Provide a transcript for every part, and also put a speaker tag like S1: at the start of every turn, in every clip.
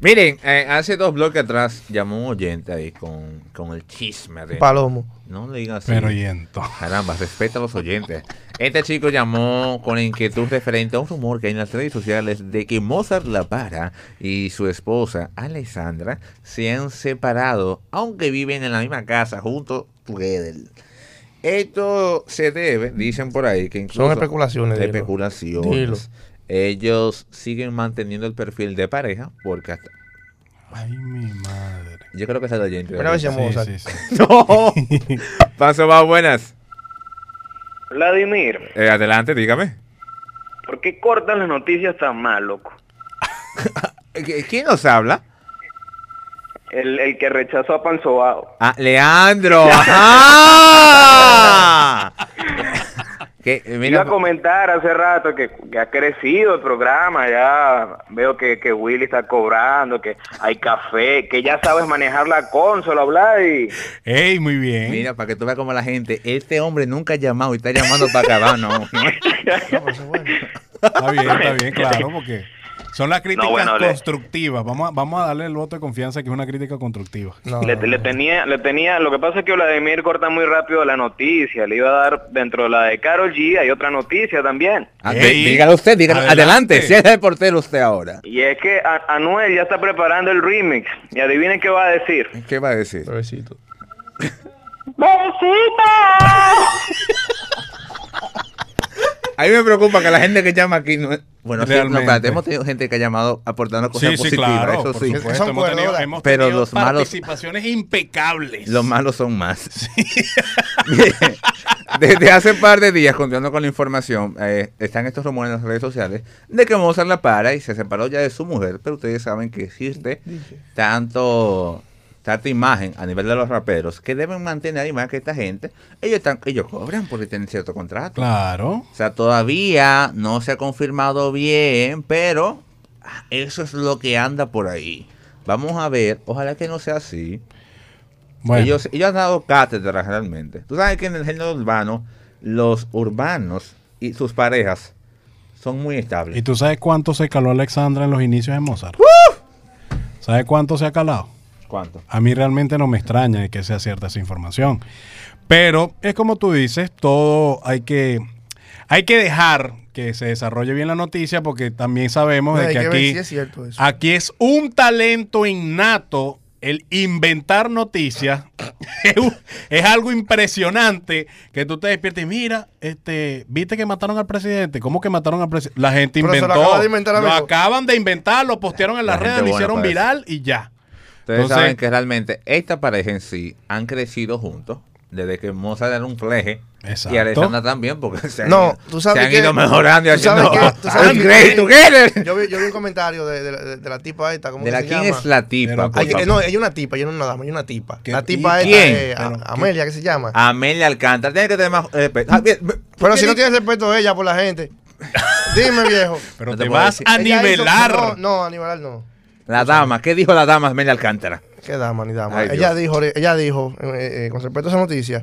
S1: Miren, eh, hace dos bloques atrás llamó un oyente ahí con, con el chisme
S2: Este,
S1: de...
S3: Palomo.
S1: No le digas así.
S4: Pero yento.
S1: Caramba, respeta a los oyentes. Este chico llamó con inquietud referente a un rumor que hay en las redes sociales de que Mozart La Para y su esposa Alessandra se han separado, aunque viven en la misma casa junto together. Esto se debe, dicen por ahí, que incluso
S3: Son especulaciones. dilo.
S1: especulaciones.
S3: Dilo.
S1: Ellos siguen manteniendo el perfil de pareja porque hasta-
S4: Ay, mi madre.
S1: yo creo que es el oyente.
S3: Mira a ver si
S4: Sí,
S3: Mozart.
S4: sí, sí.
S1: No. Paso más buenas.
S2: Vladimir,
S1: Eh, adelante, dígame.
S2: ¿por qué cortan las noticias tan mal, loco?
S1: Eh, ¿Quién nos habla?
S2: El, el que rechazó a Panzobao.
S1: Ah, Leandro. ¡Ah! ¡Ajá! que, eh,
S2: Iba
S1: mira,
S2: a comentar hace rato que, que ha crecido el programa, ya veo que, que Willy está cobrando, que hay café, que ya sabes manejar la consola, Vladi.
S4: Ey, muy bien.
S1: mira, para que tú veas como la gente, este hombre nunca ha llamado y está llamando para acabar, no.
S3: No, pero eso es bueno.
S4: Está bien, está bien, claro, porque son las críticas
S2: No, bueno, le-
S4: constructivas. Vamos a, vamos a darle el voto de confianza que es una crítica constructiva.
S3: No,
S2: Le, le tenía, le tenía, lo que pasa es que Vladimir corta muy rápido la noticia, le iba a dar dentro de la de Carol G, hay otra noticia también.
S1: Ah,
S4: Ey,
S1: dí- dígalo usted, dígalo. Adelante,
S4: adelante.
S1: si es el portero usted ahora.
S2: Y es que A- Anuel ya está preparando el remix, y adivinen qué va a decir.
S1: ¿Qué va a decir?
S3: Bebecito.
S1: A mí me preocupa que la gente que llama aquí no es... Bueno, sí, no,
S4: Realmente.
S1: espérate, hemos tenido gente que ha llamado aportando cosas
S4: sí, sí,
S1: positivas,
S4: claro.
S1: eso
S4: por
S1: sí.
S4: supuesto,
S3: Son
S4: hemos tenido,
S3: cuerdas.
S4: hemos
S1: Pero
S4: tenido
S1: los malos-
S4: participaciones impecables.
S1: Los malos son más. Bien. Desde hace par de días, continuando con la información, eh, están estos rumores en las redes sociales de que Mozart la para y se separó ya de su mujer, pero ustedes saben que existe tanto tanta imagen a nivel de los raperos que deben mantener la imagen que esta gente, ellos están, ellos cobran porque tienen cierto contrato.
S4: Claro.
S1: O sea, todavía no se ha confirmado bien, pero ah, eso es lo que anda por ahí. Vamos a ver, ojalá que no sea así.
S4: Bueno,
S1: Ellos, ellos han dado cátedra realmente. Tú sabes que en el género urbano, los urbanos y sus parejas son muy
S4: ¿y
S1: estables.
S4: tú sabes cuánto se caló Alexandra en los inicios de Mozart? ¿Sabes cuánto se ha calado?
S1: ¿Cuánto?
S4: A mí realmente no me extraña que sea cierta esa información. Pero es como tú dices, todo hay que, hay que dejar que se desarrolle bien la noticia porque también sabemos
S3: No,
S4: de
S3: hay
S4: que,
S3: que ver
S4: aquí,
S3: si es cierto eso.
S4: aquí es un talento innato el inventar noticias. es, un- es algo impresionante que tú te despiertes y mira, este, viste que mataron al presidente. ¿Cómo que mataron al presidente? La gente
S3: Pero se lo
S4: inventó.
S3: acaba de inventar,
S4: lo
S3: amigo.
S4: acaban de inventar, lo postearon en
S1: La
S4: las redes,
S1: gente
S4: lo
S1: buena
S4: hicieron
S1: para eso.
S4: viral y ya.
S1: Ustedes
S4: Entonces-
S1: saben que realmente esta pareja en sí han crecido juntos. Desde que Mozart era un pleje y
S4: Exacto.
S1: Alexandra también, porque se han,
S3: No,
S1: ido-
S3: tú sabes
S1: se han
S3: que-
S1: ido mejorando y
S3: tú sabes
S1: haciendo
S3: que- tú sabes
S1: "I'm
S3: que-
S1: great together".
S3: Yo vi, yo vi un comentario de, de, la- de la tipa esta. ¿Cómo
S1: ¿De
S3: que
S1: la
S3: se
S1: quién
S3: llama?
S1: es la tipa?
S4: Pero-
S1: por
S3: Hay, eh,
S1: favor?
S3: no, hay una tipa, yo no una dama, hay una tipa.
S4: ¿Qué
S3: la tipa
S4: tipa?
S1: ¿Quién? Ah.
S3: esta, eh, a-
S4: Pero, ¿qué?
S3: Amelia, que se llama.
S1: Amelia Alcántara tiene que tener más respeto. Ah, bien,
S3: Pero si no tienes respeto a ella por la gente. Dime, viejo.
S4: Pero
S1: No te
S4: te,
S1: puedo
S4: vas
S1: decir.
S4: a
S3: Ella hizo-
S4: nivelar.
S3: no, no, a nivelar no.
S1: La dama, ¿qué dijo la dama Amelia Alcántara?
S3: Qué dama, ni dama.
S1: Ay,
S3: ella
S1: Dios.
S3: dijo, ella dijo, eh, eh, con respecto a esa noticia,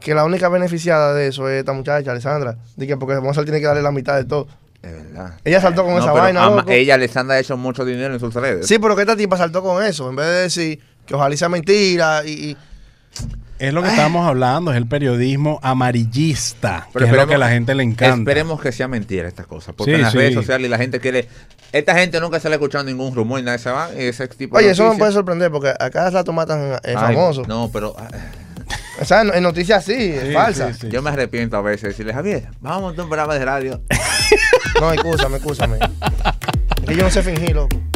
S3: que la única beneficiada de eso es esta muchacha, Alessandra. Dije, porque Mozart tiene que darle la mitad de todo.
S1: Es verdad.
S3: Ella saltó con
S1: No,
S3: esa
S1: pero
S3: vaina,
S1: ama-
S3: loco.
S1: Ella, Alessandra, ha hecho mucho dinero en sus redes.
S3: Sí, pero que esta tipa saltó con eso. En vez de decir que ojalá y sea mentira y. y-
S4: Es
S1: Ah.
S4: lo que estábamos hablando, es el periodismo amarillista, que es lo
S1: esperemos-
S4: que a la gente le encanta.
S1: Esperemos que sea mentira estas cosas. Porque
S4: Sí,
S1: en las
S4: sí.
S1: redes sociales la gente quiere. Esta gente nunca se le ha escuchado ningún rumor y nada de esa va- ese tipo de
S3: Oye, eso me
S1: noticias.
S3: puede sorprender porque acá las matan eh,
S1: Ay,
S3: famosos.
S1: No, pero ah,
S3: O sea, en, en noticias así,
S4: Sí,
S3: es falsa.
S4: sí, sí.
S1: yo me arrepiento a veces de decirle, Javier, vamos a montar un programa de radio.
S3: No, escúchame, escúchame. Es que yo no sé fingir, loco.